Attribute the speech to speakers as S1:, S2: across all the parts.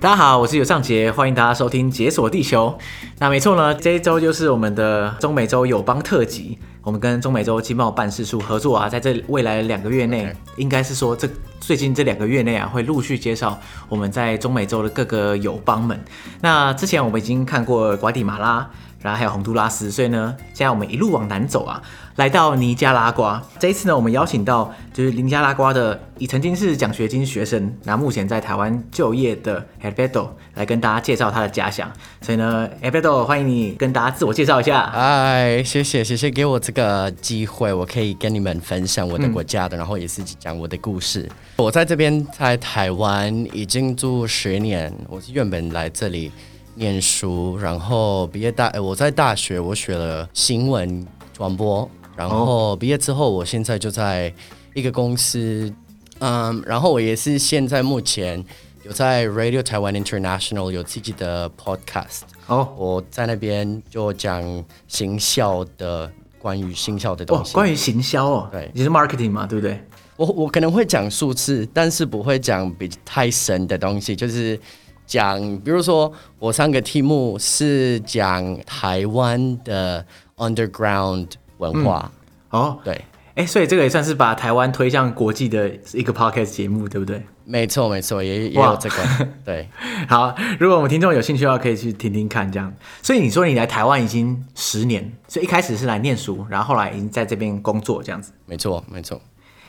S1: 大家好，我是尤尚杰，欢迎大家收听《解锁地球》。那没错呢，这一周就是我们的中美洲友邦特辑。我们跟中美洲经贸办事处合作啊，在这未来两个月内
S2: OK
S1: 应该是说这最近这两个月内啊，会陆续介绍我们在中美洲的各个友邦们。那之前我们已经看过瓜地马拉，然后还有洪都拉斯，所以呢，现在我们一路往南走啊，来到尼加拉瓜。这一次呢，我们邀请到就是尼加拉瓜的，以曾经是奖学金学生，那目前在台湾就业的 Alberto 来跟大家介绍他的家乡。所以呢，Alberto，欢迎你跟大家自我介绍一下。
S2: 哎，谢谢谢谢给我这个机会，我可以跟你们分享我的国家的，然后也是讲我的故事。我在这边在台湾已经住十年，我是原本来这里念书，然后毕业大，呃我在大学我学了新闻传播，然后毕业之后，我现在就在一个公司，嗯，然后我也是现在目前有在 Radio 台湾 International 有自己的 podcast。
S1: 哦，
S2: 我在那边就讲行销的关于行销的
S1: 哇
S2: 东，西。
S1: 关于行销哦，
S2: 对
S1: 也是 marketing 嘛，对不对？
S2: 我我可能会讲数字，但是不会讲比太深的东西，就是讲，比如说我上个题目是讲台湾的 underground 文化，
S1: 哦，
S2: 对，
S1: 哎，所以这个也算是把台湾推向国际的一个 podcast 节目，对不对？
S2: 没错没错，也也
S1: 哇
S2: 有这个，对。
S1: 好，如果我们听众有兴趣的话，可以去听听看这样。所以你说你来台湾已经十年，所以一开始是来念书，然后后来已经在这边工作这样子。
S2: 没错，没错。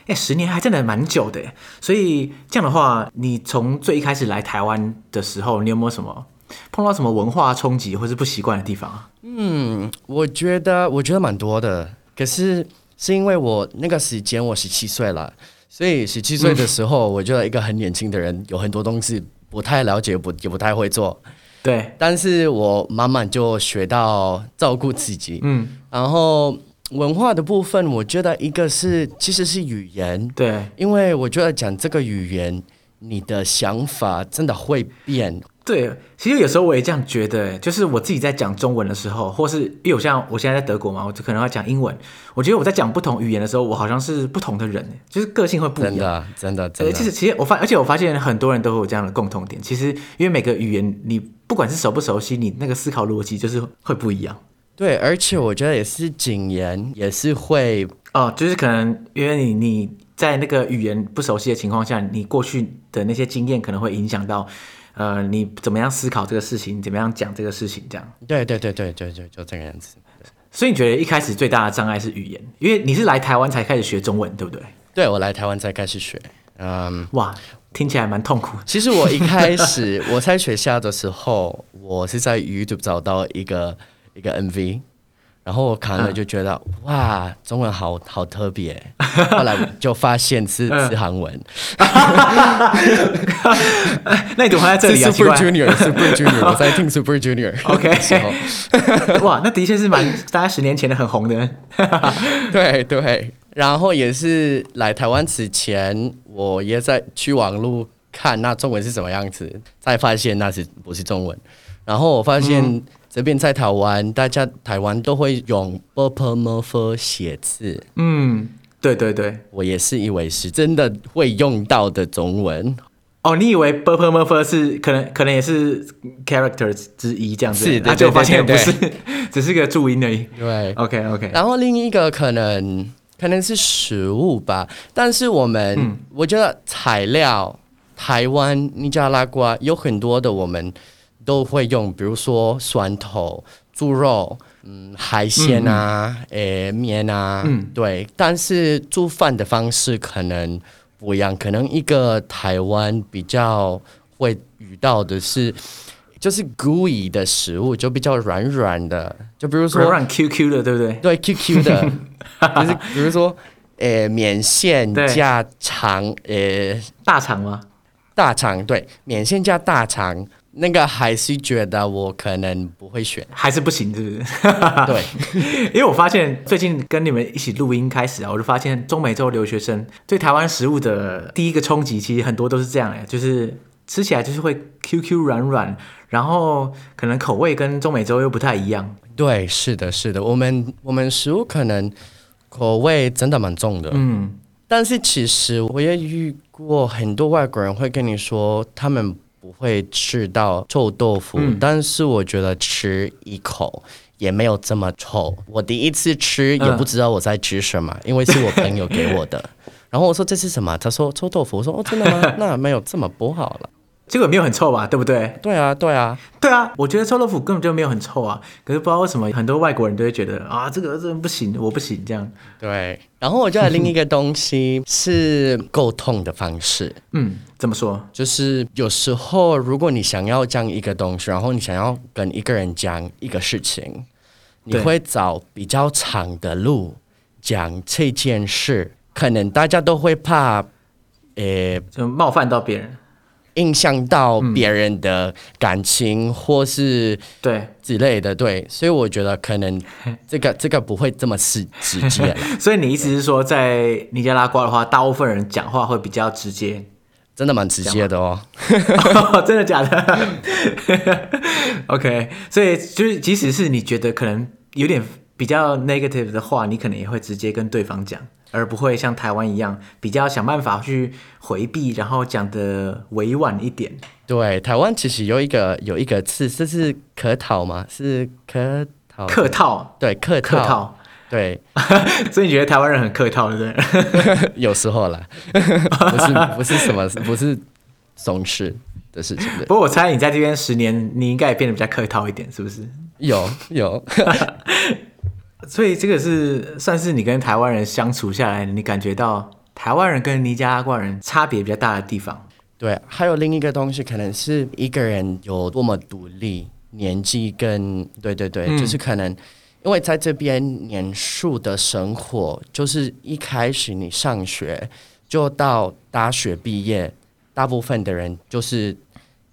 S1: 哎，十年还真的蛮久的耶。所以这样的话，你从最一开始来台湾的时候，你有没有什么碰到什么文化冲击或是不习惯的地方啊？
S2: 我觉得我觉得蛮多的，可是是因为我那个时间我十七岁了，所以十七
S1: 嗯
S2: 岁的时候，我觉得一个很年轻的人有很多东西不太了解，不也不太会做，
S1: 对，
S2: 但是我慢慢就学到照顾自己，
S1: 嗯，
S2: 然后文化的部分，我觉得一个是其实是语言，
S1: 对，
S2: 因为我觉得讲这个语言，你的想法真的会变，
S1: 对，其实有时候我也这样觉得，就是我自己在讲中文的时候，或是因为我像我现在在德国嘛，我就可能要讲英文。我觉得我在讲不同语言的时候，我好像是不同的人，就是个性会不一
S2: 真
S1: 样。
S2: 的真的真
S1: 呃，
S2: 的。
S1: 其实其实我发，而且我发现很多人都会有这样的共同点。其实因为每个语言，你不管是熟不熟悉，你那个思考逻辑就是会不一样。
S2: 对，而且我觉得也是谨言，也是会
S1: 哦，就是可能因为你你在那个语言不熟悉的情况下，你过去的那些经验可能会影响到，呃，你怎么样思考这个事情，怎么样讲这个事情，这样。
S2: 对对对对对对，就这个样子。
S1: 所以你觉得一开始最大的障碍是语言，因为你是来台湾才开始学中文，对不对？
S2: 对我来台湾才开始学，嗯，
S1: 哇，听起来蛮痛苦。
S2: 其实我一开始 我在学校的时候，我是在 YouTube 找到一个一个 MV，然后我看
S1: 嗯
S2: 了就觉得、哇，中文好好特别，后来我就发现 是
S1: 嗯
S2: 是韩文，
S1: 那你怎么还在这
S2: 是
S1: 里 啊？奇
S2: Super
S1: 怪
S2: Junior，Super Junior，我在听 Super Junior 的
S1: OK
S2: 时候，
S1: 哇，那的确是蛮大概十年前的很红的。
S2: 对对，然后也是来台湾之前，我也在去网络看那中文是什么样子，才发现那是不是中文。然后我发现这边在台湾，大家台湾都会用 b p m f 写字，
S1: 嗯，对对对。
S2: 我也是以为是真的会用到的中文，
S1: 哦，你以为 b u r p l e m u r p h 是可能可能也是 characters 之一这样子，
S2: 是对
S1: 啊结果
S2: 对
S1: 发现不
S2: 对
S1: 是，只是个注音而已。
S2: 对。
S1: OK OK，
S2: 然后另一个可能可能是食物吧，但是我们、我觉得材料，台湾、尼加拉瓜有很多的我们都会用，比如说蒜头、猪肉、嗯海鲜啊、诶、面啊，对。但是做饭的方式可能不一样，可能一个台湾比较会遇到的是。就是 gooey 的食物，就比较软软的，就比如说
S1: 软软 QQ 的，对不对？
S2: 对 QQ 的，就是比如说，呃，免线
S1: 对
S2: 加肠，呃，
S1: 大肠吗？
S2: 大肠，对，免线加大肠，那个还是觉得我可能不会选。
S1: 还是不行，是不是？
S2: 对，
S1: 因为我发现最近跟你们一起录音开始啊，我就发现中美洲留学生对台湾食物的第一个冲击，其实很多都是这样哎、就是吃起来就是会 QQ 软软，然后可能口味跟中美洲又不太一样。
S2: 对，是的，是的，我们我们食物可能口味真的蛮重的，
S1: 嗯，
S2: 但是其实我也遇过很多外国人会跟你说，他们不不会吃到臭豆腐，但是我觉得吃一口也没有这么臭。我第一次吃也不知道我在吃什么，因为是我朋友给我的。然后我说这是什么？他说臭豆腐。我说哦，真的吗？那没有这么不好了。
S1: 结果没有很臭吧，对不对？
S2: 对啊，对啊，
S1: 对啊，我觉得臭豆腐根本就没有很臭啊，可是不知道为什么很多外国人都会觉得啊，这个这个不行，我不行这样。
S2: 对。然后我觉得另一个东西是沟通的方式。
S1: 嗯，怎么说？
S2: 就是有时候，如果你想要讲一个东西，然后你想要跟一个人讲一个事情，你
S1: 对
S2: 会找比较长的路讲这件事。可能大家都会怕，呃，
S1: 就冒犯到别人？
S2: 影响到别人的感情、或是
S1: 对，
S2: 之类的。对，所以我觉得可能这个 这个不会这么直直接 啦
S1: 所以你意思是说，在尼加拉瓜的话，大部分人讲话会比较直接，
S2: 真的蛮直接的哦。
S1: 真的假的 ？OK，所以就是即使是你觉得可能有点比较 negative 的话，你可能也会直接跟对方讲，而不会像台湾一样比较想办法去回避，然后讲的委婉一点。
S2: 对，台湾其实有一个有一个字，这是客套吗？是客套。
S1: 客套，
S2: 对，客
S1: 客
S2: 套，
S1: 套，
S2: 对，
S1: 所以你觉得台湾人很客套，对不对？
S2: 有时候啦，不是不是什么，不是总是的事情对
S1: 不过我猜你在这边十年，你应该也变得比较客套一点，是不是？
S2: 有有，
S1: 所以这个是算是你跟台湾人相处下来，你感觉到台湾人跟尼加拉瓜人差别比较大的地方。
S2: 对，还有另一个东西，可能是一个人有多么独立，年纪跟对对对，就是可能。因为在这边年数的生活，就是一开始你上学就到大学毕业，大部分的人就是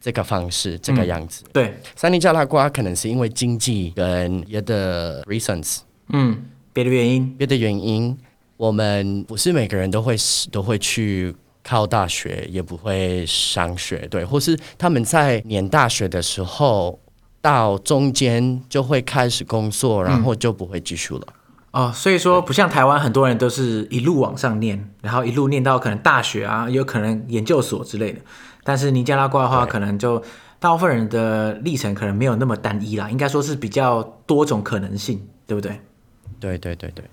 S2: 这个方式、这个样子。
S1: 对，
S2: 三尼加拉瓜可能是因为经济跟别的 reasons，
S1: 嗯，别的原因，
S2: 别的原因，我们不是每个人都会都会去考大学，也不会上学，对，或是他们在念大学的时候，到中间就会开始工作，然后就不会继续了。
S1: 哦，所以说不像台湾很多人都是一路往上念，然后一路念到可能大学啊，有可能研究所之类的。但是尼加拉瓜的话，可能就大部分人的历程可能没有那么单一啦，应该说是比较多种可能性，对不对？
S2: 对对对对，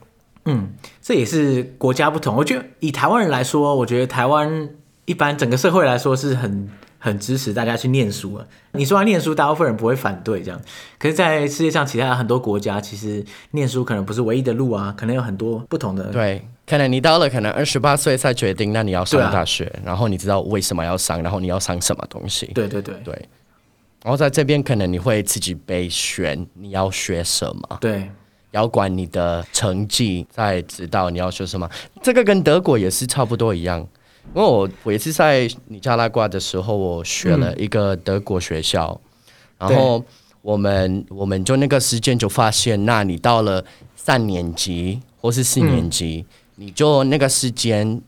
S1: 嗯，这也是国家不同。我觉得以台湾人来说，我觉得台湾一般整个社会来说是很很支持大家去念书啊。你说要念书，大部分人不会反对这样。可是，在世界上其他很多国家，其实念书可能不是唯一的路啊，可能有很多不同的。
S2: 对，可能你到了可能二十八岁才决定，那你要上
S1: 对啊
S2: 大学，然后你知道为什么要上，然后你要上什么东西，
S1: 对对对
S2: 对。然后在这边，可能你会自己被选，你要学什么？
S1: 对
S2: 要管你的成绩，再知道你要学什么。这个跟德国也是差不多一样，因为我我也是在尼加拉瓜的时候，我学了一个德国学校，然后我们我们就那个时间就发现，那你到了三年级或是四年级，你就那个时间。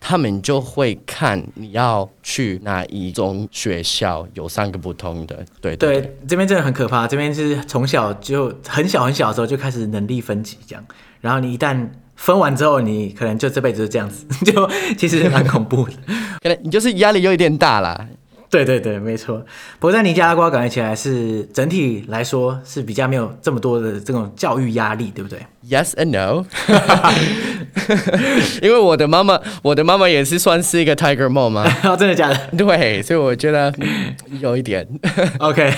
S2: 他们就会看你要去哪一种学校，有三个不同的，对
S1: 对，这边真的很可怕。这边是从小就很小很小的时候就开始能力分级这样，然后你一旦分完之后，你可能就这辈子就这样子， 就其实蛮恐怖的。
S2: 可能你就是压力有一点大啦，
S1: 对对对，没错。不过在尼加拉瓜感觉起来是整体来说是比较没有这么多的这种教育压力，对 不对？
S2: Yes and no，因为我的妈妈，我的妈妈也是算是一个 Tiger Mom 嘛，
S1: 哦真的假的
S2: 对，所以我觉得嗯有一点，
S1: ？OK，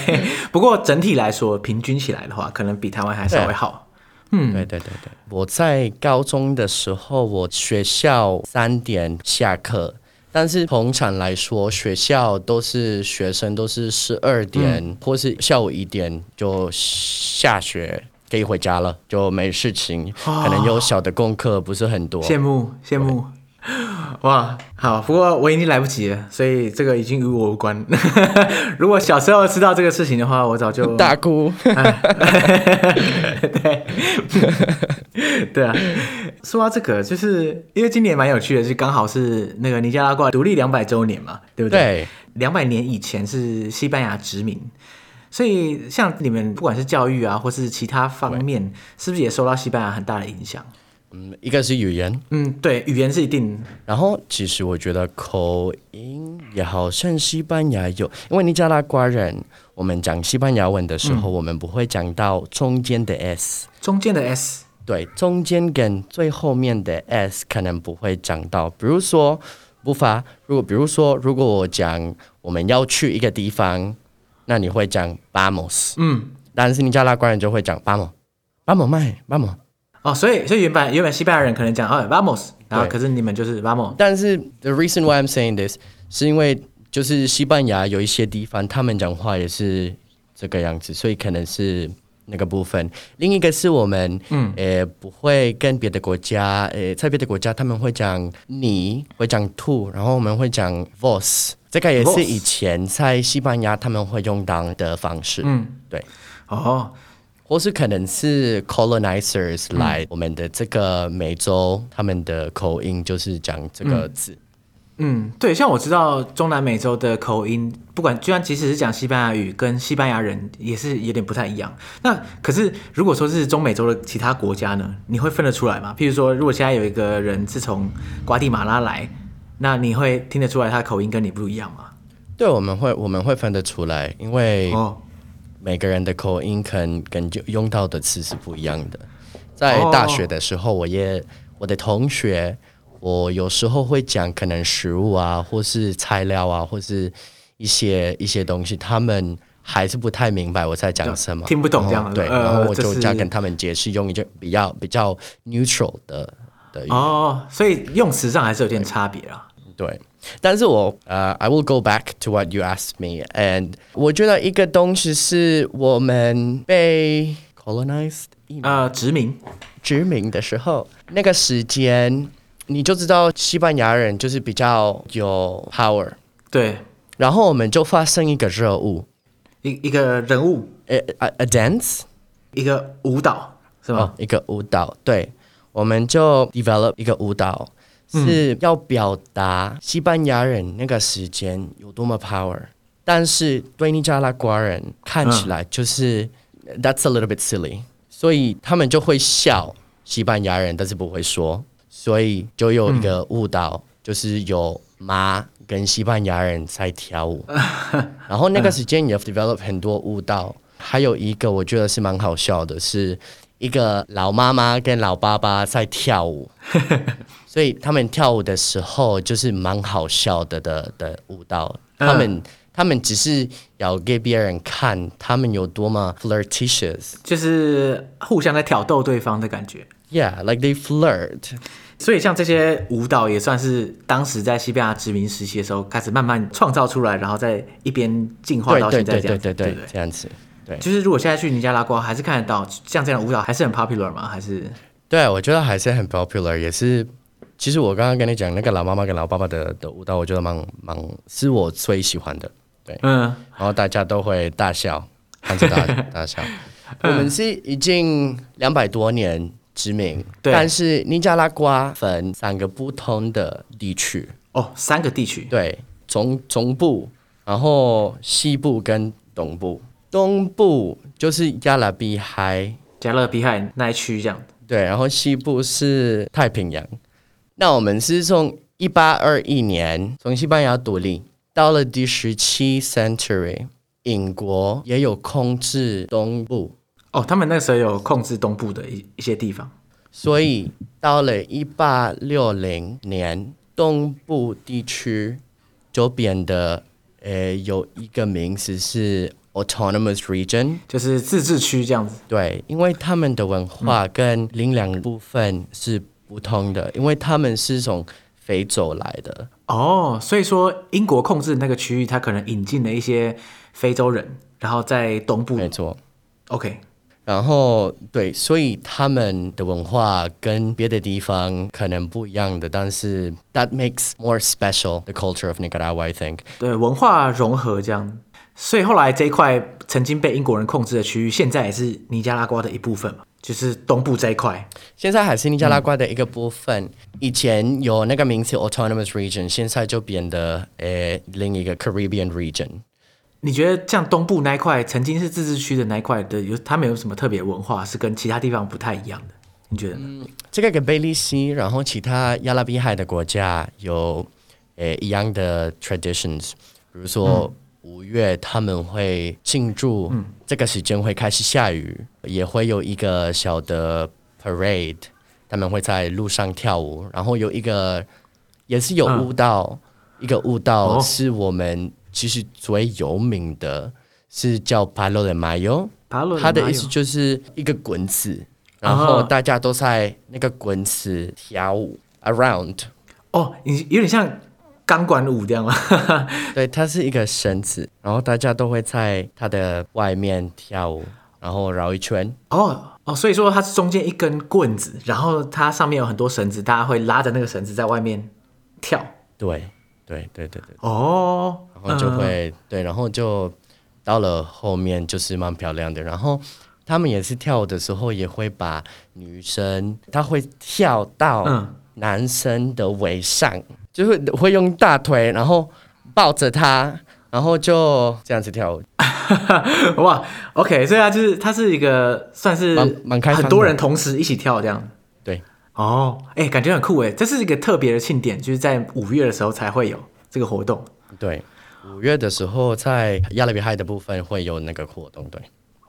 S1: 不过整体来说，平均起来的话，可能比台湾还稍微好。
S2: 嗯，对对对对，我在高中的时候，我学校三点下课，但是通常来说，学校都是学生都是十二点、
S1: 嗯
S2: 或是下午一点就下学。可以回家了，就没事情，可能有小的功课，不是很多。
S1: 啊羡慕羡慕，哇，好！不过我已经来不及了，所以这个已经与我无关。 如果小时候知道这个事情的话，我早 就
S2: 大哭，
S1: 对对啊。说到这个，就是因为今年蛮有趣的，是刚好是那个尼加拉瓜独立两百周年嘛，对不
S2: 对，
S1: 两百年以前是西班牙殖民，所以像你们不管是教育啊，或是其他方面，是不是也受到西班牙很大的影响？
S2: 嗯，一个是语言，
S1: 嗯，对，语言是一定
S2: 然后其实我觉得口音也好像西班牙有，因为尼加拉瓜人，我们讲西班牙文的时候，我们不会讲到中间的 s，
S1: 中间的 S，
S2: 对，中间跟最后面的 s 可能不会讲到。比如说步伐，如果比如说如果我讲我们要去一个地方，那你会讲 vamos，
S1: 嗯，
S2: 但是尼加拉瓜人就会讲 vamos，vamos 麦 vamos。
S1: 哦，所以所以原本原本西班牙人可能讲哦 vamos，然后
S2: 对
S1: 可是你们就是 vamos，
S2: 但是 the reason why I'm saying this 是因为就是西班牙有一些地方他们讲话也是这个样子，所以可能是那个部分。另一个是我们，嗯，呃，不会跟别的国家，呃，在别的国家他们会讲你，会讲 to，然后我们会讲 vos，这个也
S1: Vos
S2: 是以前在西班牙他们会用到的方式，嗯，对。
S1: 哦，
S2: 或是可能是 colonizers 来我们的这个美洲，他们的口音就是讲这个字。
S1: 嗯，对，像我知道中南美洲的口音，不管就算即使是讲西班牙语，跟西班牙人也是有点不太一样。那可是如果说是中美洲的其他国家呢，你会分得出来吗？譬如说，如果现在有一个人是从瓜地马拉来，那你会听得出来他的口音跟你不一样吗？
S2: 对，我们会我们会分得出来，因为
S1: 哦，
S2: 每个人的口音跟跟就用到的词是不一样的。在
S1: 哦
S2: 大学的时候，我也我的同学，我有时候会讲可能食物啊，或是材料啊，或是一些一些东西，他们还是不太明白我在讲什么，哦
S1: 听不懂这样
S2: 然后对，
S1: 呃
S2: 然后我
S1: 这
S2: 就是要跟他们解释，用一句比较比较 neutral 的的语
S1: 哦，所以用词上还是有点差别啦。
S2: 对，但是我呃、i will go back to what you asked me，and 我觉得一个东西是我们被 colonized 移
S1: 呃，殖民，
S2: 殖民的时候，那个时间你就知道西班牙人就是比较有 power，
S1: 对，
S2: 然后我们就发生一个热舞，
S1: 一一个人物，
S2: 呃 a a dance
S1: 一个舞蹈，是
S2: 哦
S1: 吗？，
S2: 一个舞蹈，对，我们就 develop 一个舞蹈。
S1: 嗯
S2: 是要表达西班牙人那个时间有多么 power，但是对尼加拉瓜人看起来就是、that's a little bit silly，所以他们就会笑西班牙人，但是不会说，所以就有一个误导，就是有马跟西班牙人在跳舞，然后
S1: 嗯
S2: 那个时间也 develop 很多舞蹈，还有一个我觉得是蛮好笑的是。一个老妈妈跟老爸爸在跳舞， 所以他们跳舞的时候就是蛮好笑的的的舞蹈，
S1: 嗯
S2: 他们、他们只是要给别人看他们有多么 flirtatious，yeah，like
S1: 就是互相在挑逗对方的感觉。
S2: they flirt，
S1: 所以像这些舞蹈也算是当时在西班牙殖民时期的时候开始慢慢创造出来，然后再一边进化
S2: 对
S1: 到
S2: 对
S1: 现在
S2: 对
S1: 这样
S2: 对
S1: 子，
S2: 对
S1: 对
S2: 对
S1: 不，对？
S2: 这样子，对
S1: 就是如果现在去尼加拉瓜，还是看得到像这样的舞蹈还是很 popular 吗？还是
S2: 对，啊我觉得还是很 popular，也是。其实我刚刚跟你讲那个老妈妈跟老爸爸的的舞蹈，我觉得蛮蛮是我最喜欢的，
S1: 嗯
S2: 然后大家都会大笑，看着大大笑。我们是已经两百多年殖民，
S1: 对
S2: 但是尼加拉瓜分三个不同的地区，
S1: 哦三个地区
S2: 对，中中部，然后西部跟东部。东部就是亚拉比海，
S1: 加勒比海那一区这样，
S2: 对，然后西部是太平洋。那我们是从一八二一年从西班牙独立，到了第十七 century，英国也有控制东部，
S1: 哦他们那时候有控制东部的一一些地方
S2: 所以到了一八六零年，东部地区就变得，呃，有一个名词是 autonomous region。
S1: 就是自治区这样子
S2: 对，因为他们的文化跟另两部分是不同的，因为他们是从非洲来的。
S1: 哦，所以说英国控制的那个区域，它可能引进了一些非洲人，然后在东部
S2: 没错。
S1: OK
S2: 然后对，所以他们的文化跟别的地方可能不一样的，但是 that makes more special the culture of Nicaragua, I think。
S1: 对文化融合这样，所以后来这一块曾经被英国人控制的区域，现在也是尼加拉瓜的一部分嘛，就是东部这一块。
S2: 现在还是尼加拉瓜的一个部分。以前有那个名词 autonomous region，现在就变得呃另一个 Caribbean region。
S1: 你觉得像东部那一块曾经是自治区的那一块的，有他们有什么特别文化是跟其他地方不太一样的？你觉得呢？
S2: 这个跟贝利斯，然后其他亚拉比海的国家有呃一样的 traditions，比如
S1: 嗯
S2: 说五月他们会庆祝，这个时间会开始下雨，也会有一个小的 parade，他们会在路上跳舞，然后有一个也是有
S1: 嗯
S2: 舞蹈，一个舞蹈
S1: 哦
S2: 是我们其实最有名的，是叫 Palo de Mayo。
S1: 爬轮
S2: 它的
S1: 哪
S2: 意
S1: 有
S2: 思就是一个滚子，
S1: 啊
S2: 然后大家都在那个滚子跳舞 around。
S1: 哦，你有点像钢管舞这样吗？
S2: 对，它是一个绳子，然后大家都会在它的外面跳舞，然后绕一圈。
S1: 哦哦，所以说它是中间一根棍子，然后它上面有很多绳子，大家会拉着那个绳子在外面跳。
S2: 对，对，对，对，对，
S1: 哦，
S2: 然后就会、对，然后就到了后面就是蛮漂亮的。然后他们也是跳舞的时候也会把女生，她会跳到
S1: 嗯
S2: 男生的围上，就是会用大腿，然后抱着他，然后就这样子跳舞。
S1: 哇，OK，所以它就是它是一个算是
S2: 蛮蛮开放的
S1: 很多人同时一起跳这样。
S2: 对，
S1: 哦，哎、感觉很酷哎，这是一个特别的庆典，就是在五月的时候才会有这个活动。
S2: 对，五月的时候在亚勒比海的部分会有那个活动，对。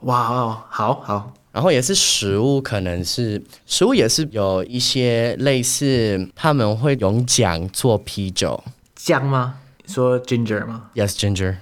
S1: 哇哦，好好，
S2: 然后也是食物，可能是食物也是有一些类似，他们会用酱做啤酒
S1: 姜吗？说 ginger 吗？
S2: ，yes ginger，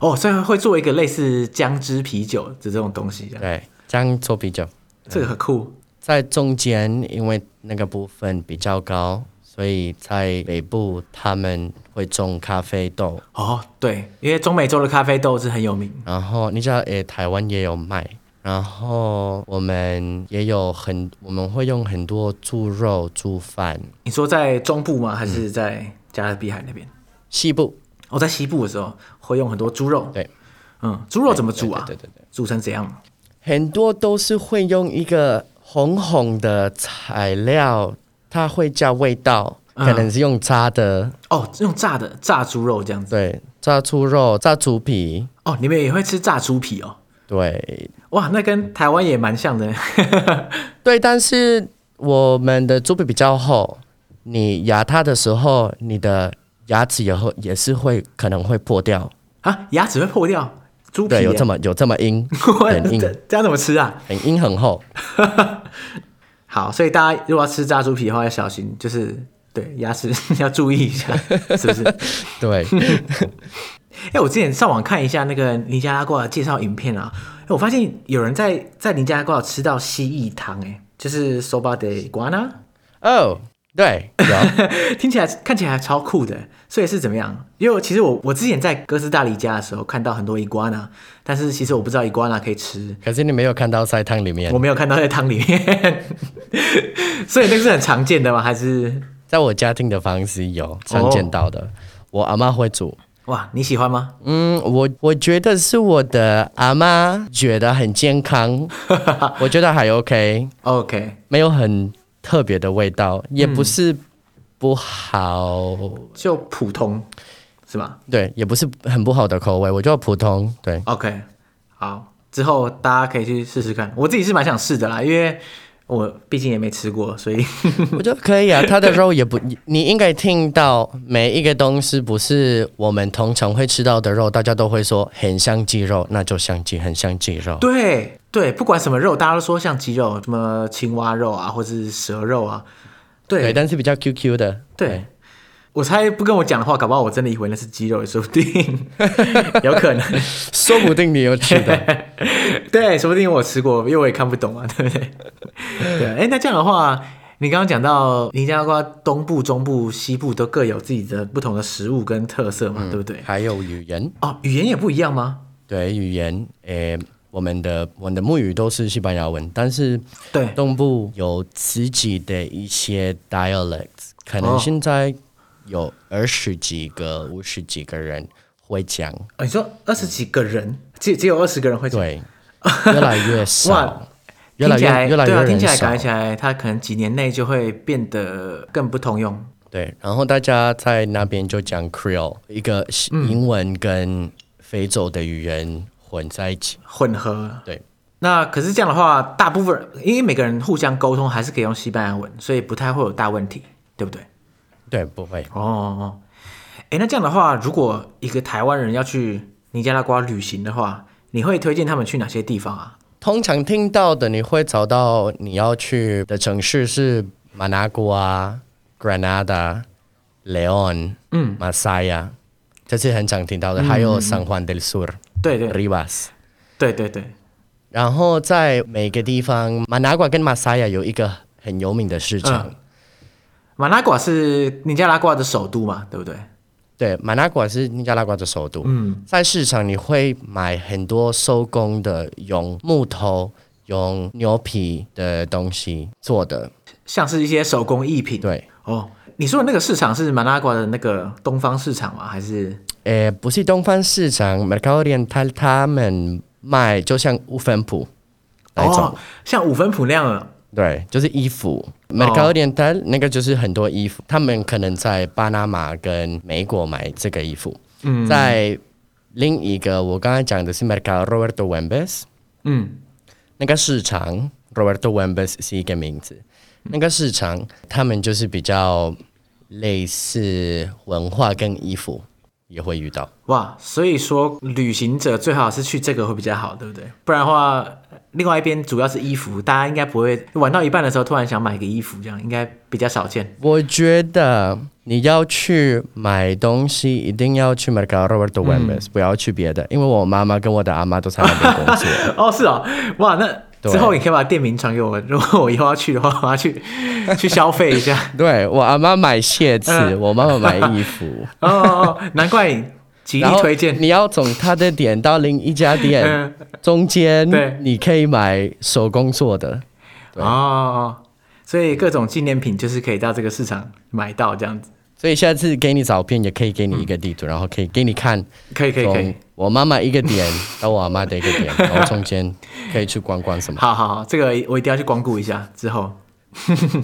S1: 哦，所以会做一个类似姜汁啤酒的这种东西，这样
S2: 对，酱做啤酒。
S1: 这个很酷。
S2: 在中间，因为那个部分比较高，所以在北部他们会种咖啡豆。
S1: 哦，对，因为中美洲的咖啡豆是很有名。
S2: 然后你知道，诶，台湾也有卖。然后我们也有很，我们会用很多猪肉、猪饭。
S1: 你说在中部吗？还是
S2: 嗯
S1: 在加勒比海那边？
S2: 西部
S1: 我、哦、在西部的时候会用很多猪肉。
S2: 对，
S1: 嗯，猪肉怎么煮啊？
S2: 对对对对，
S1: 煮成怎样？
S2: 很多都是会用一个红红的材料，它会加味道，
S1: 嗯
S2: 可能是用炸的，
S1: 哦，用炸的炸猪肉这样子。
S2: 对，炸猪肉、炸猪皮，
S1: 哦，你们也会吃炸猪皮哦？
S2: 对，
S1: 哇，那跟台湾也蛮像的。
S2: 对，但是我们的猪皮比较厚，你压它的时候，你的牙齿也会也是会可能会破掉。
S1: 啊，牙齿会破掉，猪皮
S2: 对，有这
S1: 么，
S2: 么有这么硬 很
S1: 这
S2: 硬，
S1: 这样怎么吃啊？
S2: 很硬很厚。
S1: 好，所以大家如果要吃炸猪皮的话，要小心，就是对牙齿 要注意一下，是不是？
S2: 对，
S1: 哎、我之前上网看一下那个尼加拉瓜的介绍影片啊，哎我发现有人在在尼加拉瓜有吃到蜥蜴汤、哎，就是 soba de guana，
S2: 哦，对，有
S1: 听起来看起来超酷的。所以是怎么样？因为其实我我之前在哥斯达黎加的时候看到很多伊瓜纳，但是其实我不知道伊瓜纳可以吃，
S2: 可是你没有看到在汤里面
S1: 我，没有看到在汤里面，所以那个是很常见的吗？还是
S2: 在我家庭的方式有常见到的。我阿妈会煮，
S1: 哇你喜欢吗？
S2: 嗯，我我觉得是我的阿妈觉得很健康，我觉得还 OK。
S1: OK，
S2: 没有很特别的味道，也不是不好，
S1: 就普通是吧
S2: 对，也不是很不好的口味，我就普通，对，
S1: ？OK，好，之后大家可以去试试看。我自己是蛮想试的啦，因为我毕竟也没吃过，所以
S2: 我觉得可以啊。它的肉也不， 你你应该听到每一个东西不是我们通常会吃到的肉，大家都会说很像鸡肉，那就像鸡，很像鸡肉。
S1: 对对，不管什么肉，大家都说像鸡肉，什么青蛙肉啊，或者是蛇肉啊，对
S2: 对，但是比较 QQ 的，
S1: 对，我猜不跟我讲的话，搞不好我真的以为那是鸡肉，也说不定， 有可能。
S2: 说不定你有吃的。
S1: 对，说不定我吃过，因为我也看不懂啊， 对不对？对，哎，那这样的话，你刚刚讲到尼加拉瓜东部、中部、西部都各有自己的不同的食物跟特色嘛，对不对？
S2: 还有语言，
S1: 哦，语言也不一样吗？
S2: 对语言，诶、我们的我们的母语都是西班牙文，但是
S1: 对，
S2: 东部有自己的一些 dialect，可
S1: 哦
S2: 能现在有二十几个、五十几个人会讲，
S1: 哦你说二十几个人，只只有二十个人会讲，
S2: 对，越来越
S1: 哇
S2: 少，越来
S1: 听起来
S2: 越越来
S1: 对啊，
S2: 越
S1: 听
S2: 人
S1: 起来
S2: 少
S1: 感觉，起来，它可能几年内就会变得更不通用。
S2: 对，然后大家在那边就讲 Creole，一个西
S1: 嗯
S2: 英文跟非洲的语言混在一起，
S1: 混合。
S2: 对，
S1: 那可是这样的话，大部分因为每个人互相沟通还是可以用西班牙文，所以不太会有大问题，对不对？
S2: 对，不会。
S1: 哦哦，哦，哎，那这样的话，如果一个台湾人要去尼加拉瓜旅行的话，你会推荐他们去哪些地方啊？
S2: 通常听到的，你会找到你要去的城市是马拿瓜、Granada、Leon、嗯、马赛亚，这是很常听到的。还有 San Juan del Sur、
S1: 对对
S2: Rivas。
S1: 对对对，
S2: 然后在每个地方，马拿瓜跟马赛亚有一个很有名的市场。
S1: 马拉瓜是尼加拉瓜的首都嘛，对不对？
S2: 对，马拿瓜是尼加拉瓜的首都。嗯，在市场你会买很多手工的，用木头、用牛皮的东西做的。
S1: 像是一些手工艺品。
S2: 对，
S1: 哦，你说的那个市场是马拉瓜的那个东方市场吗？还是
S2: 诶，呃不是东方市场 （Mercado Oriental），他们卖就像五分铺那一种。
S1: 哦，像五分埔那样的？
S2: 对，就是衣服。Mercado Oriental、那个就是很多衣服，他们可能在巴拿马跟美国买这个衣服。嗯，在另一个我刚才讲的是 Mercado Roberto Wembes
S1: 嗯，
S2: 那个市场，Roberto Wembes 是一个名字。那个市场他们就是比较类似文化跟衣服也会遇到。
S1: 哇，所以说旅行者最好是去这个会比较好，对不对？不然的话，另外一边主要是衣服，大家应该不会玩到一半的时候突然想买个衣服，这样应该比较少见。
S2: 我觉得你要去买东西，一定要去 Mercado
S1: 嗯
S2: Roberto Wembes，、不要去别的，因为我妈妈跟我的阿妈都在那边工作。
S1: 哦，是哦，哇，那
S2: 对
S1: 之后你可以把店名传给我，如果我以后要去的话，我要去去消费一下。
S2: 对我阿妈买鞋子，
S1: 嗯
S2: 我妈妈买衣服。
S1: 哦哦，哦难怪 你极力
S2: 然后
S1: 推荐。
S2: 你要从她的点到另一家 店，
S1: 嗯，
S2: 中间
S1: 对
S2: 你可以买手工做的。对
S1: 哦哦，哦所以各种纪念品就是可以到这个市场买到，这样子，
S2: 所以下次给你照片，也可以给你一个地图，然后可以给你看
S1: 嗯可以可以可以
S2: 从。我妈妈一个点到我阿妈的一个点，然后中间可以去逛逛什么。
S1: 好好好，这个我一定要去光顾一下。之后，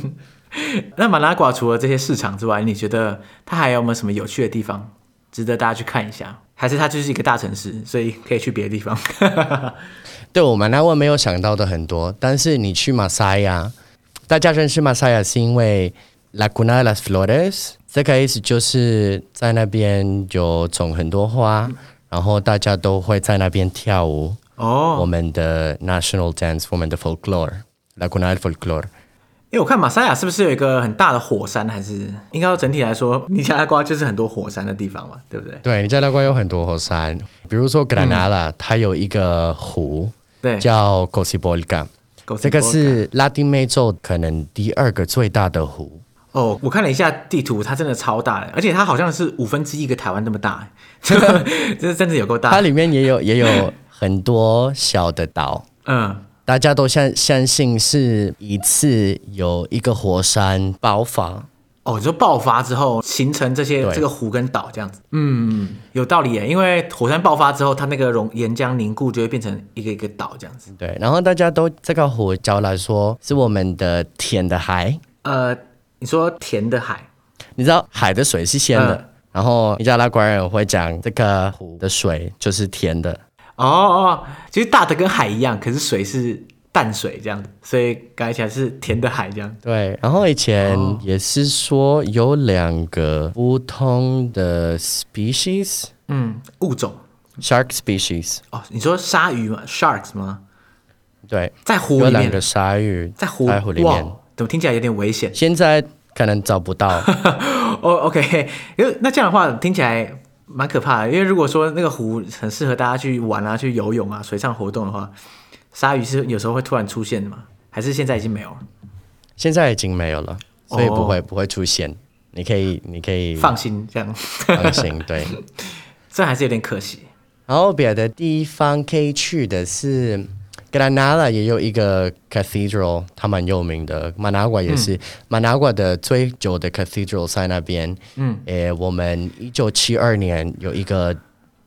S1: 那马拉瓜除了这些市场之外，你觉得它还有没有什么有趣的地方，值得大家去看一下？还是它就是一个大城市，所以可以去别的地方？
S2: 对我们那我没有想到的很多，但是你去马赛亚，大家认识马赛亚是因为 La Cuna de las Flores，这个意思就是在那边有种很多花，然后大家都会在那边跳舞。我
S1: 哦，
S2: 们的 national dance，我们的 folklore，La Cuna del folklore。
S1: 因为我看马赛亚是不是有一个很大的火山？还是应该整体来说，尼加拉瓜就是很多火山的地方嘛，对不对？
S2: 对，你在那关有很多火山，比如说格兰纳拉，它有一个湖
S1: 对，
S2: 叫 c o s i b o l c a 这个是拉丁美洲可能第二个最大的湖。
S1: 哦，我看了一下地图，它真的超大的，而且它好像是五分之一个台湾那么大， 这真的有够
S2: 啊它
S1: 大。
S2: 里面也有也有很多小的岛，
S1: 嗯，
S2: 大家都相相信是一次有一个火山爆发。
S1: 哦，你说爆发之后形成这些
S2: 对
S1: 这个湖跟岛这样子，嗯，有道理耶。因为火山爆发之后，它那个熔岩浆凝固就会变成一个一个岛这样子。
S2: 对，然后大家都这个湖叫来说是我们的甜的海，
S1: 呃，你说甜的海，
S2: 你知道海的水是鲜的，
S1: 嗯
S2: 然后尼加拉瓜人会讲这个湖的水就是甜的。
S1: 哦哦，其实大的跟海一样，可是水是淡水这样子，所以改起来是甜的海这样。
S2: 对，然后以前也是说有两个不同的 species。
S1: 嗯，物种
S2: Shark species，
S1: 哦，你说鲨鱼吗？sharks 吗？
S2: 对，
S1: 在湖
S2: 有
S1: 里
S2: 两
S1: 面
S2: 个，鲨鱼
S1: 在湖
S2: 在湖里
S1: 哇
S2: 面，
S1: 怎么听起来有点危险？
S2: 现在可能找不到。
S1: 哦、o k 因为那这样的话听起来蛮可怕的，因为如果说那个湖很适合大家去玩啊、去游泳啊、水上活动的话，鲨鱼是有时候会突然出现的嘛，还是现在已经没有了？
S2: 嗯现在已经没有了，所以
S1: 哦
S2: 不会、不会出现。你可以你可以
S1: 放心，这样
S2: 放心，对。
S1: 这还是有点可惜。
S2: 然后别的地方可以去的是，Granada 也有一个 cathedral，它蛮有名的。马拿瓜也是，马拿瓜的最久的 cathedral 在那边。嗯，诶，我们一九七二年有一个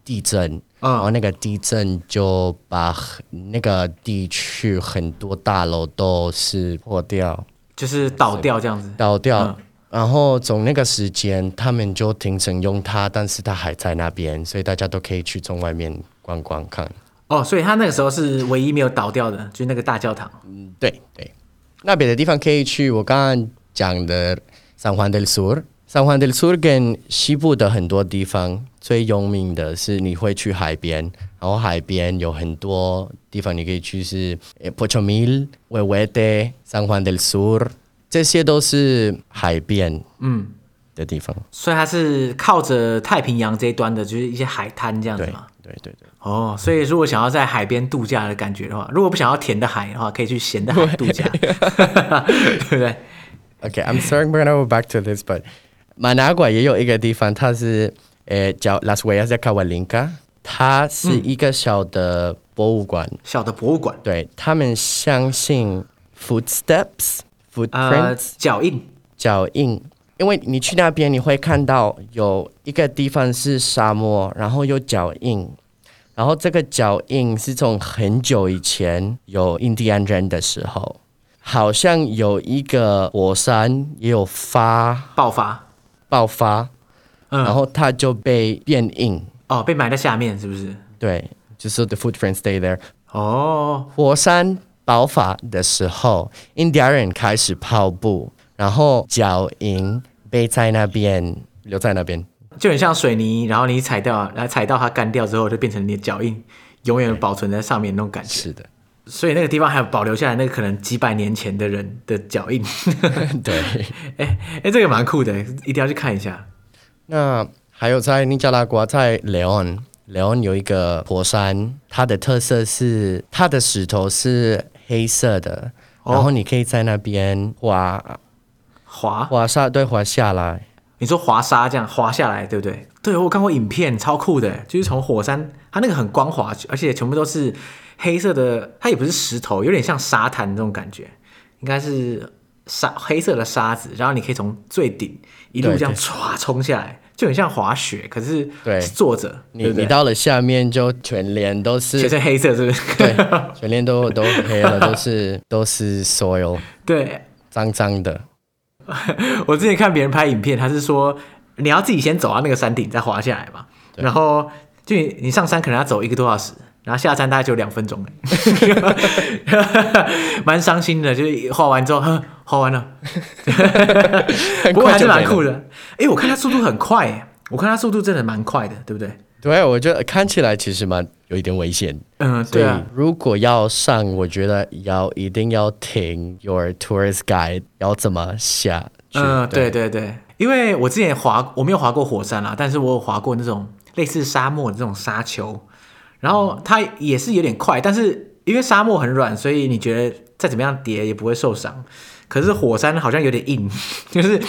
S2: 地震，
S1: 嗯
S2: 然后那个地震就把很那个地区很多大楼都是破掉、
S1: 就是倒掉这样子，
S2: 倒掉。
S1: 嗯
S2: 然后从那个时间，他们就停止用它，但是它还在那边，所以大家都可以去从外面逛逛看。
S1: 哦，所以他那个时候是唯一没有倒掉的，就是那个大教堂。
S2: 对对，那别的地方可以去。我刚刚讲的 San Juan del Sur，San Juan del Sur 跟西部的很多地方最有名的是你会去海边，然后海边有很多地方你可以去是呃 Pocho Mil、Huehuete、San Juan del Sur，这些都是海边
S1: 嗯，
S2: 的地方。
S1: 所以它是靠着太平洋这一端的，就是一些海滩这样子
S2: 对
S1: 嘛。
S2: 对对对，
S1: 哦，所以如果想要在海边度假的感觉的话，如果不想要甜的海的话，可以去咸的海度 假，对不对？
S2: Okay, I'm sorry, we're gonna go back to this, but Managua 也有一个地方，它是呃叫 eh, Las Huellas de Cabalinca，它是一个小的博物馆。
S1: 小的博物馆，
S2: 对他们相信 footsteps、
S1: 呃，
S2: footprints、
S1: 脚印，
S2: 脚印，因为你去那边你会看到有一个地方是沙漠，然后有脚印，然后这个脚印是从很久以前有印第安人的时候，好像有一个火山也有发
S1: 爆发，
S2: 爆发，
S1: 嗯
S2: 然后它就被变硬，
S1: 哦，被埋在下面是不是？
S2: 对，就是 the footprints stay there。
S1: 哦，
S2: 火山爆发的时候，印第安人开始跑步，然后脚印被在那边留在那边。
S1: 就很像水泥，然后你踩掉，然后踩到它干掉之后，就变成你的脚印，永远保存在上面那种感觉。
S2: 是的，
S1: 所以那个地方还有保留下来那个可能几百年前的人的脚印。
S2: 对。
S1: 哎哎，这个蛮酷的，一定要去看一下。
S2: 那还有在尼加拉瓜，在 Leon。Leon 有一个火山，它的特色是它的石头是黑色的，
S1: 哦
S2: 然后你可以在那边滑
S1: 滑，
S2: 滑下，对，滑下来。
S1: 你说滑沙这样滑下来，对不对？对，我看过影片，超酷的，就是从火山，它那个很光滑，而且全部都是黑色的，它也不是石头，有点像沙滩这种感觉，应该是沙黑色的沙子，然后你可以从最顶一路
S2: 对
S1: 这样
S2: 对
S1: 唰冲下来，就很像滑雪，可是
S2: 对
S1: 是坐着，
S2: 你
S1: 对不
S2: 你
S1: 对？
S2: 到了下面就全脸都是
S1: 全身黑色是不是？
S2: 对，全脸都都黑了，都是都是 soil
S1: 对，
S2: 脏脏的。
S1: 我之前看别人拍影片，他是说你要自己先走到那个山顶再滑下来嘛，然后就你你上山可能要走一个多小时，然后下山大概只有两分钟而已， 蛮伤心的。就是滑完之后，呵滑完了，
S2: 很快就没了
S1: 不过还是蛮酷的。哎、我看他速度很快耶，我看他速度真的蛮快的，对不对？
S2: 对，我觉得看起来其实蛮有一点危险。
S1: 嗯，对啊，，
S2: 如果要上，我觉得要一定要听 your tourist guide 要怎么下去。
S1: 嗯，对对对，因为我之前滑，我没有滑过火山啦，啊但是我有滑过那种类似沙漠的这种沙丘，然后它也是有点快，但是因为沙漠很软，所以你觉得再怎么样跌也不会受伤。可是火山好像有点硬， 就是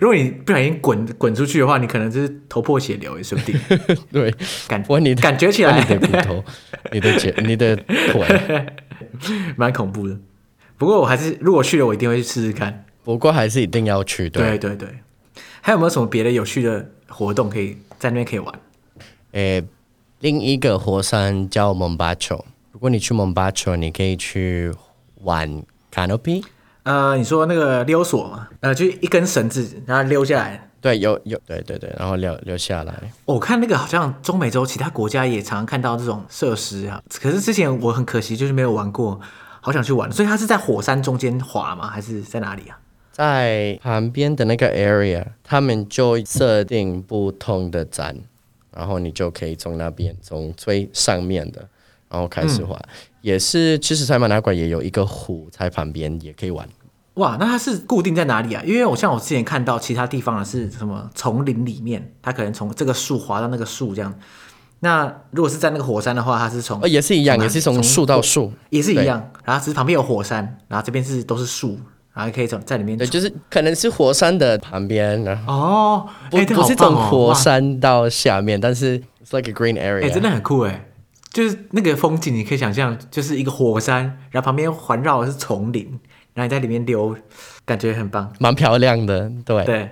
S1: 如果你不小心滚滚出去的话，你可能就是头破血流也说不 定。
S2: 对，
S1: 感
S2: 我你的
S1: 感觉起来
S2: 我你的骨头，你的脚，你的腿。
S1: 蛮恐怖的。不过我还是如果去了，我一定会去试试看。
S2: 不过还是一定要去。对，
S1: 对对对，还有没有什么别的有趣的活动可以在那边可以玩？
S2: 诶，另一个火山叫 Mombacho。如果你去 Mombacho，你可以去玩 canopy。
S1: 呃，你说那个溜索嘛，呃，就一根绳子，然后溜下来。
S2: 对，有有，对对对，然后留留下来。
S1: 哦我看那个好像中美洲其他国家也常看到这种设施啊，可是之前我很可惜就是没有玩过，好想去玩。所以它是在火山中间滑吗？还是在哪里啊？
S2: 在旁边的那个 area，他们就设定不同的站，然后你就可以从那边从最上面的，然后开始滑。
S1: 嗯
S2: 也是，其实在马拿馆也有一个湖在旁边，也可以玩。
S1: 哇，那它是固定在哪里啊？因为我像我之前看到其他地方的是什么丛林里面，它可能从这个树滑到那个树这样。那如果是在那个火山的话，它是从
S2: 呃，也是一样，
S1: 从哪
S2: 也是从树到树，
S1: 也是一样，然后只是旁边有火山，然后这边是都是树，然后可以从在里面
S2: 对，就是可能是火山的旁边，然后
S1: 哦，
S2: 不、
S1: 哎这
S2: 不
S1: 好
S2: 是
S1: 棒
S2: 从
S1: 哦
S2: 火
S1: 哇
S2: 山到下面，但是 it's like a green
S1: 哎、
S2: area，、
S1: 真的很酷哎！就是那个风景，你可以想象，就是一个火山，然后旁边环绕的是丛林，然后你在里面溜，感觉很棒。
S2: 蛮漂亮的，对。
S1: 对，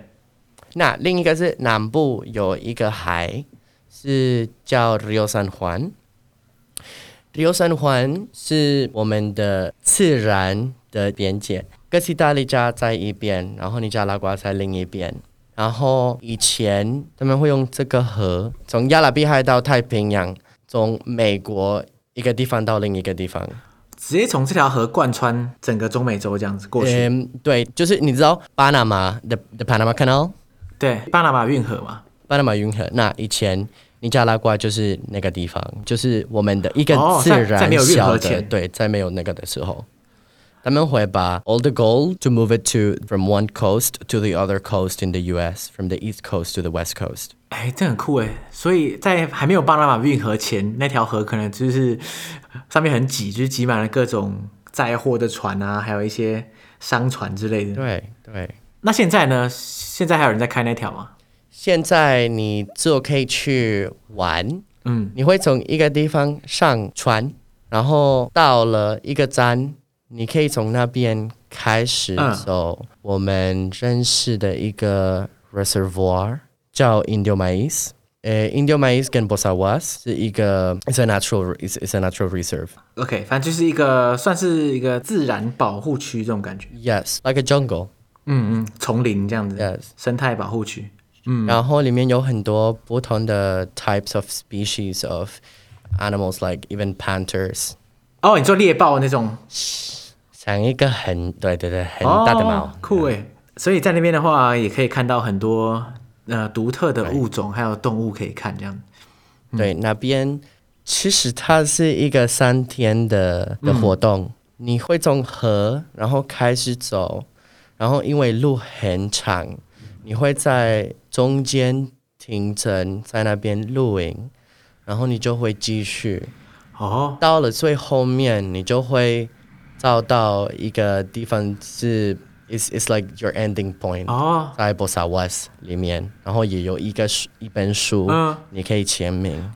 S2: 那另一个是南部有一个海，是叫 Rio San Juan。Rio San Juan 是我们的自然的边界，哥斯达黎加在一边，然后尼加拉瓜在另一边。然后以前他们会用这个河，从亚拉比海到太平洋，从美国、一个地方到另一个地方。
S1: 直接从这条河贯穿整个中美洲这样子过去。
S2: 嗯，对，就是你知道巴拿马的 the Panama Canal，
S1: 对，巴拿马运河嘛。
S2: 巴拿马运河。那以前尼加拉瓜就是那个地方，就是我们的一个
S1: 哦
S2: 自
S1: 在在
S2: 然
S1: 没有运
S2: 小
S1: 河
S2: 的，
S1: 前
S2: 对，在没有那个的时候，他们会把 all the gold to move it to from one coast to the other coast in the U.S. from the east coast to the west coast。
S1: 哎，这很酷哎！所以在还没有巴拿马运河前，那条河可能就是上面很挤，就是挤满了各种载货的船啊，还有一些商船之类的。
S2: 对对。
S1: 那现在呢？现在还有人在开那条吗？
S2: 现在你只有可以去玩，
S1: 嗯，
S2: 你会从一个地方上船，然后到了一个站，你可以从那边开始
S1: 嗯
S2: 走我们认识的一个 reservoir 叫 Indio Mais。呃，Indio Mais 跟 b o s a w a s 是一个 it's a natural it's it's a natural reserve。
S1: OK，反正就是一个算是一个自然保护区这种感觉，
S2: Yes, like a jungle.
S1: 嗯嗯，丛林这样子
S2: Yes.
S1: 生态保护区。
S2: 然后里面有很多不同的 types of species of animals, like even panthers.
S1: 哦，你说猎豹那种
S2: 像一个很对对对很大的猫
S1: 哦，酷哎！所以在那边的话，也可以看到很多呃独特的物种，还有动物可以看这样子。
S2: 对，那边其实它是一个三天的的活动，你会从河然后开始走，然后因为路很长，你会在中间停整，在那边露营，然后你就会继续
S1: 哦，
S2: 到了最后面，你就会找到一个地方是，it's it's like your ending point。
S1: 哦，
S2: 在 b o s a w a s 里面，然后也有一个书一本书，
S1: 嗯
S2: 你可以签名。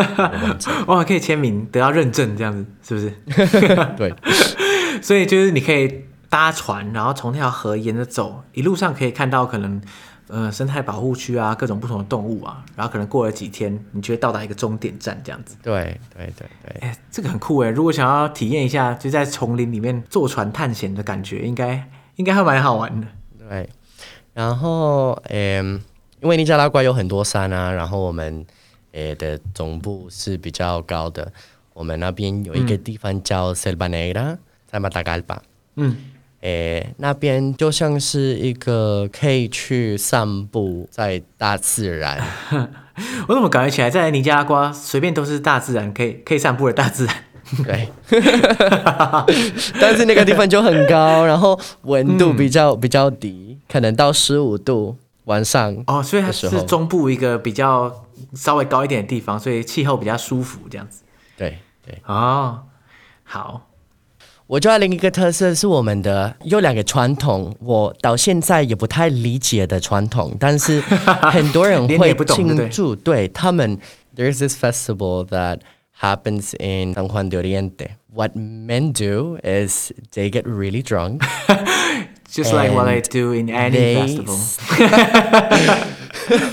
S1: 哇，可以签名，得到认证，这样子是不是？
S2: 对，
S1: 所以就是你可以搭船，然后从那条河沿着走，一路上可以看到可能呃生态保护区啊，各种不同的动物啊，然后可能过了几天，你就会到达一个终点站这样子。
S2: 对，对，对，对，
S1: 哎，这个很酷哎！如果想要体验一下就在丛林里面坐船探险的感觉，应该应该会蛮好玩的。
S2: 对。然后，嗯，因为尼加拉瓜有很多山啊，然后我们诶的总部是比较高的，我们那边有一个地方叫 Selva Negra，在马达加巴。
S1: 嗯，
S2: 诶，那边就像是一个可以去散步在大自然，
S1: 我怎么感觉起来在尼加拉瓜随便都是大自然，可以可以散步的大自然。
S2: 对， 但是那个地方就很高，然后温度比较、比较低，可能到十五度晚上。
S1: 哦，所以它
S2: 的时
S1: 是
S2: 候
S1: 中部一个比较稍微高一点的地方，所以气候比较舒服这样子。
S2: 对对，
S1: 哦，好，
S2: 我觉得另一个特色是我们的有两个传统，我到现在也不太理解的传统，但是很多人
S1: 连你也
S2: 会
S1: 不懂对不对
S2: 庆祝。对他们，there's this festival that happens in San Juan de Oriente. What men do is they get really drunk.
S1: just like what I
S2: And
S1: do in any
S2: they
S1: festival。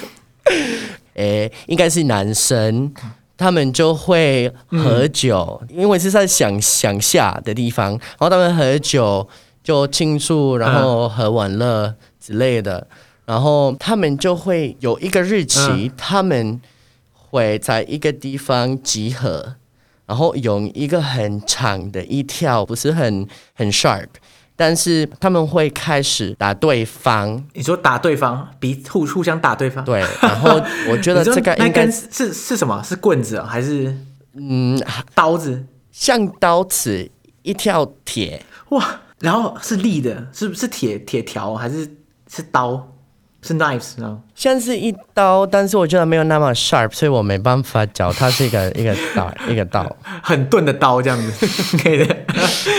S2: 诶，应该是男生，他们就会喝酒，因为是在乡乡下的地方，然后他们喝酒就庆祝，然后喝完了之类的，然后他们就会有一个日期，他们会在一个地方集合，然后用一个很长的一条，不是很很 sharp。但是他们会开始打对方，
S1: 你说打对方，比互互相打对方。，
S2: 对，然后我 觉得这个
S1: 那
S2: 应该
S1: 根是是是什么？是棍子、哦、还是
S2: 嗯，
S1: 刀子？
S2: 像刀子一条铁，
S1: 哇，然后是立的，是是铁铁条还是是刀？是 knives 呢？
S2: 像是一刀，但是我觉得没有那么 sharp，所以我没办法讲它是一个一个刀一个刀。
S1: 很钝的刀这样子， 可以的。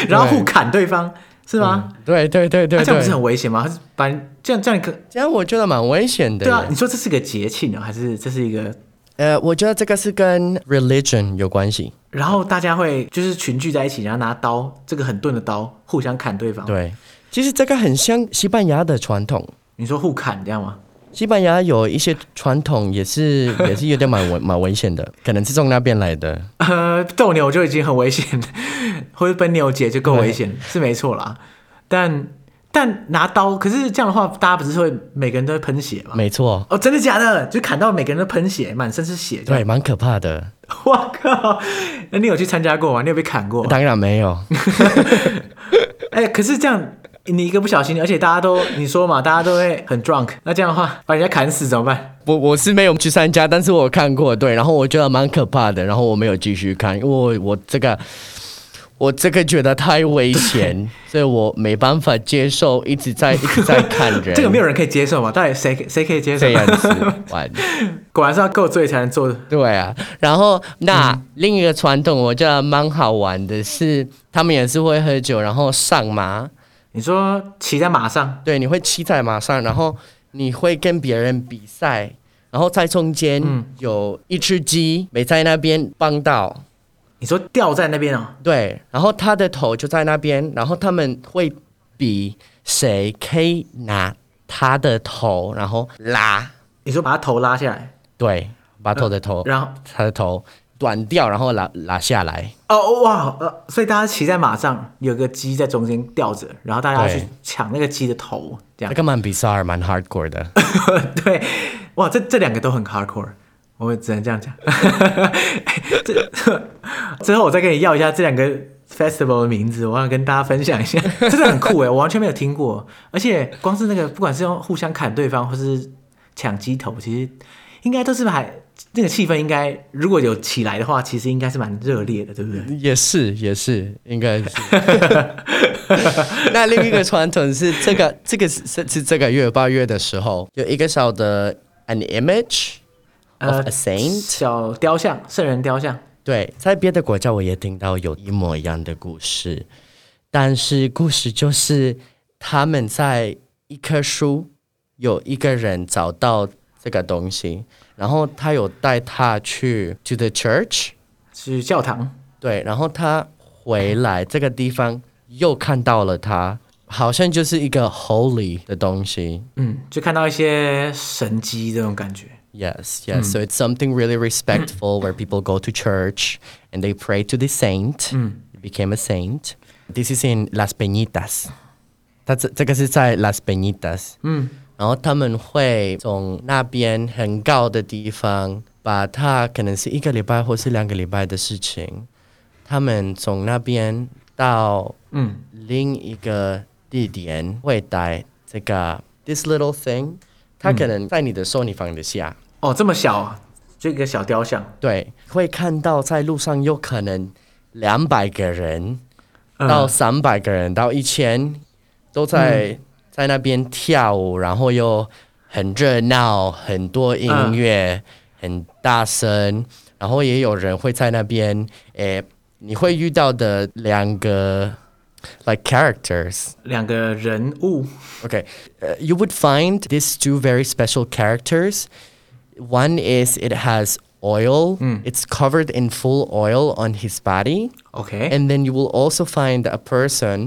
S1: 然后互砍对方是吗？
S2: 对对对
S1: 那、
S2: 对
S1: 这样不是
S2: 对，
S1: 很危险吗？它是把你这样这样可
S2: 这样我觉得蛮危险的
S1: 对啊？
S2: 耶。
S1: 你说这是个节庆哦，还是这是一个？
S2: 呃，我觉得这个是跟 religion 有关系。
S1: 然后大家会就是群聚在一起，然后拿刀，这个很钝的刀互相砍对方。
S2: 对，其实这个很像西班牙的传统。
S1: 你说互砍这样吗？
S2: 西班牙有一些传统也是 也是有点蛮危蛮危险的，可能是从那边来的。
S1: 呃，斗牛就已经很危险，或者奔牛节就够危险，是没错啦。但但拿刀，可是这样的话，大家不是会每个人都会喷血吗？
S2: 没错，
S1: 哦，真的假的？就砍到每个人都喷血，满身是血。 这样，
S2: 对，蛮可怕的。
S1: 我靠！那你有去参加过吗？你有被砍过吗？
S2: 当然没有，
S1: 哎、可是这样，你一个不小心，而且大家都你说嘛，大家都会很 drunk，那这样的话把人家砍死怎么办？
S2: 我我是没有去参加，但是我看过，对，然后我觉得蛮可怕的，然后我没有继续看，因为我我这个我这个觉得太 危险，所以我没办法接受一直在一直在看人
S1: 这个没有人可以接受嘛？到底谁谁可以接受
S2: 这？样 子玩。
S1: 果然是要够醉才能做。
S2: 对啊，然后那、另一个传统我觉得蛮好玩的是，他们也是会喝酒，然后上马，
S1: 你说骑在马上，
S2: 对，你会骑在马上，然后你会跟别人比赛，然后在中间
S1: 嗯
S2: 有一只鸡没在那边帮到，
S1: 你说吊在那边哦，
S2: 对，然后他的头就在那边，然后他们会比谁可以拿他的头，然后拉，
S1: 你说把他头拉下来，
S2: 对，把头的头，
S1: 然后
S2: 他的头短掉，然后拉拉下来。
S1: 哦哇呃，所以大家骑在马上，有个鸡在中间吊着，然后大家
S2: 对
S1: 去抢那个鸡的头，这样
S2: 那。个蛮 bizarre，蛮 hardcore 的。
S1: 对，哇，这这两个都很 hardcore，我只能这样讲。 这之后我再跟你要一下这两个 festival 的名字，我想跟大家分享一下，真的很酷哎，我完全没有听过，而且光是那个不管是用互相砍对方或是抢鸡头，其实应该都是还那个气氛应该如果有起来的话，其实应该是蛮热烈的，对不对？
S2: 也是也是，应该是。那另一个传统是这个这个是是是这个月八月的时候有一个小的 an image of a saint，、
S1: 小雕像，圣人雕像，
S2: 对，在别的国家我也听到有一模一样的故事，但是故事就是他们在一棵树有一个人找到这个东西，然后他有带他去 to the church。
S1: 是教堂，
S2: 对，然后他回来这个地方又看到了他，好像就是一个 holy 的东西。
S1: 嗯，就看到一些神迹这种感觉。
S2: Yes, yes. So it's something really respectful where people go to church and they pray to the saint. It became a saint. This is in Las Peñitas. 它这这个是在 Las Peñitas。嗯，然后他们会从那边很高的地方，把它可能是一个礼拜或是两个礼拜的事情，他们从那边到嗯另一个地点会带这个 this little thing。它可能在你的手，你放得下。
S1: 哦，这么小啊，就一个小雕像，
S2: 对，会看到在路上有可能两百个人
S1: 嗯
S2: 到三百个人到一千都在、在那边跳舞，然后又很热闹，很多音乐，很大声，然后也有人会在那边，诶，你会遇到的两个 like characters。
S1: 两个人物
S2: Okay. Uh, you would find these two very special characters. One is it has oil, it's covered in full oil on his body.
S1: ，OK，
S2: And then you will also find a person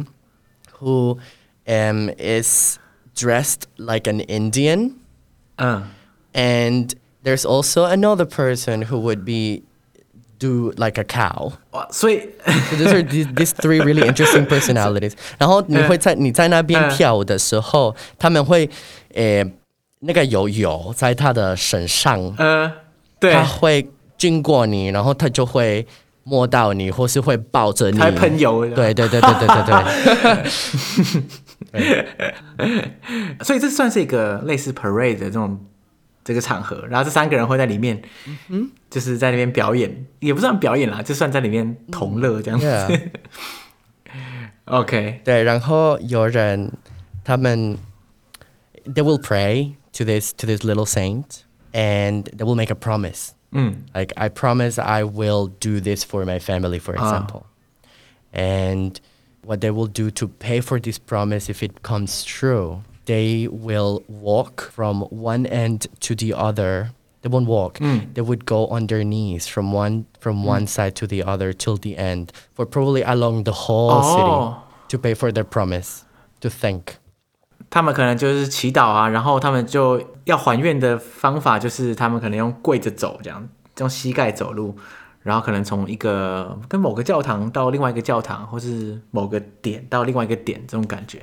S2: who um, is dressed like an Indian.
S1: 嗯，
S2: And there's also another person who would be do like a cow.
S1: 哇，所以
S2: So these are these, these three really interesting personalities. 然后你会在你在那边跳舞的时候，他们会，诶、那个油油在他的身上，
S1: 呃，对，
S2: 他会经过你，然后他就会摸到你，或是会抱着你，
S1: 还喷油的
S2: 对对对对对对对，
S1: 所以这算是一个类似 parade 的这种这个场合，然后这三个人会在里面，嗯，就是在那边表演，也不算表演啦，就算在里面同乐这样子。
S2: Yeah.
S1: OK，
S2: 对。然后有人他们，they will pray to this to this little saint, and they will make a promise.
S1: 嗯，
S2: like i promise i will do this for my family for example and what they will do to pay for this promise if it comes true they will walk from one end to the other they won't walk they would go on their knees from one from one side to the other till the end for probably along the whole
S1: Oh.
S2: city to pay for their promise to thank
S1: 他们可能就是祈祷啊，然后他们就要还愿的方法就是他们可能用跪着走，这样用膝盖走路，然后可能从一个跟某个教堂到另外一个教堂，或是某个点到另外一个点这种感觉。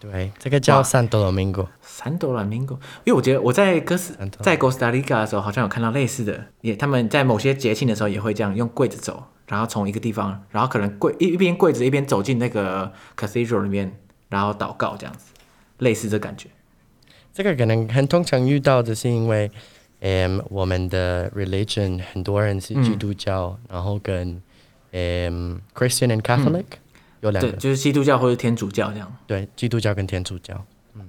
S2: 对，这个叫 Santo Domingo。
S1: 三斗蓝苹果，因为我觉得我在哥斯
S2: 三斗
S1: 在哥斯达黎加的时候，好像有看到类似的，也他们在某些节庆的时候也会这样用跪着走，然后从一个地方，然后可能跪一一边跪着一边走进那个 cathedral 里面，然后祷告这样子，类似这感觉。
S2: 这个可能很通常遇到的是因为，嗯，我们的 religion 很多人是基督教，然后跟嗯 Christian and Catholic、有
S1: 嗯
S2: 两
S1: 对，
S2: 个，
S1: 就是基督教或者天主教这样。
S2: 对，基督教跟天主教。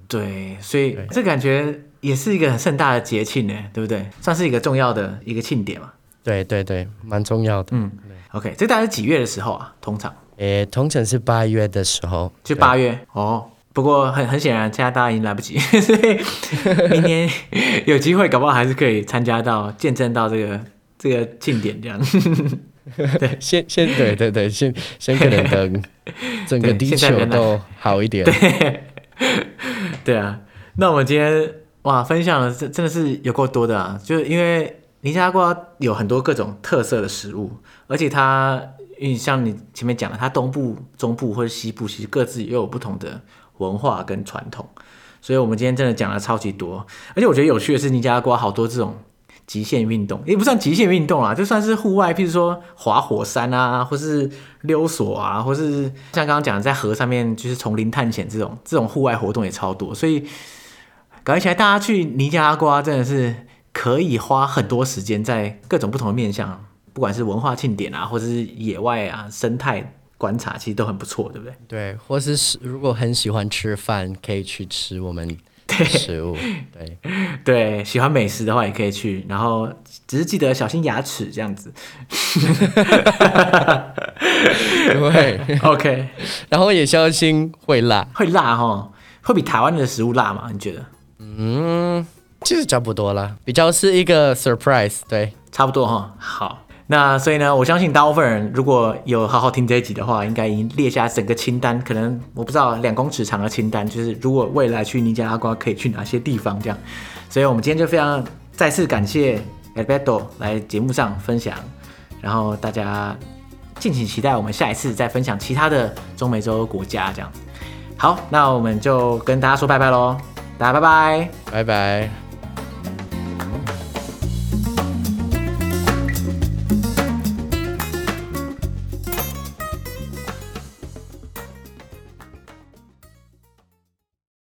S1: 对，所以这感觉也是一个很盛大的节庆呢，对不对？算是一个重要的一个庆典嘛。
S2: 对对对，蛮重要的。嗯，
S1: OK，这大概是几月的时候啊？通常
S2: 诶，通常是八月的时候，
S1: 就八月哦。不过很很显然，现在大家已经来不及， 所以明年 有机会，搞不好还是可以参加到、见证到这个这个庆典这样。
S2: 对先先对对对，先先可能 等整个
S1: 对
S2: 地
S1: 现在
S2: 球
S1: 人来
S2: 都好一点。
S1: 对啊，那我们今天哇，分享的真真的是有够多的啊！就是因为尼加拉瓜有很多各种特色的食物，而且它，因为像你前面讲的，它东部、中部或者西部其实各自又有不同的文化跟传统，所以我们今天真的讲了超级多。而且我觉得有趣的是，尼加拉瓜好多这种极限运动，也不算极限运动啦，就算是户外，譬如说滑火山啊，或是溜索啊，或是像刚刚讲的在河上面就是丛林探险这种这种户外活动也超多，所以感觉起来大家去尼加拉瓜真的是可以花很多时间在各种不同的面向，不管是文化庆典啊，或者是野外啊生态观察，其实都很不错，对不对？
S2: 对，或是是如果很喜欢吃饭，可以去吃我们的食物。对，
S1: 对，喜欢美食的话也可以去，然后只是记得小心牙齿这样子。
S2: 对，
S1: OK，
S2: 然后也小心会辣。
S1: 会辣哈，会比台湾的食物辣吗？你觉得？
S2: 嗯，其实差不多啦，比较是一个 surprise。对，
S1: 差不多哈。好，那所以呢，我相信大部分人如果有好好听这一集的话，应该已经列下整个清单，可能我不知道两公尺长的清单，就是如果未来去尼加拉瓜可以去哪些地方这样。所以我们今天就非常再次感谢 Alberto 来节目上分享，然后大家敬请期待我们下一次再分享其他的中美洲国家这样。好，那我们就跟大家说拜拜喽，大家拜拜。
S2: 拜拜。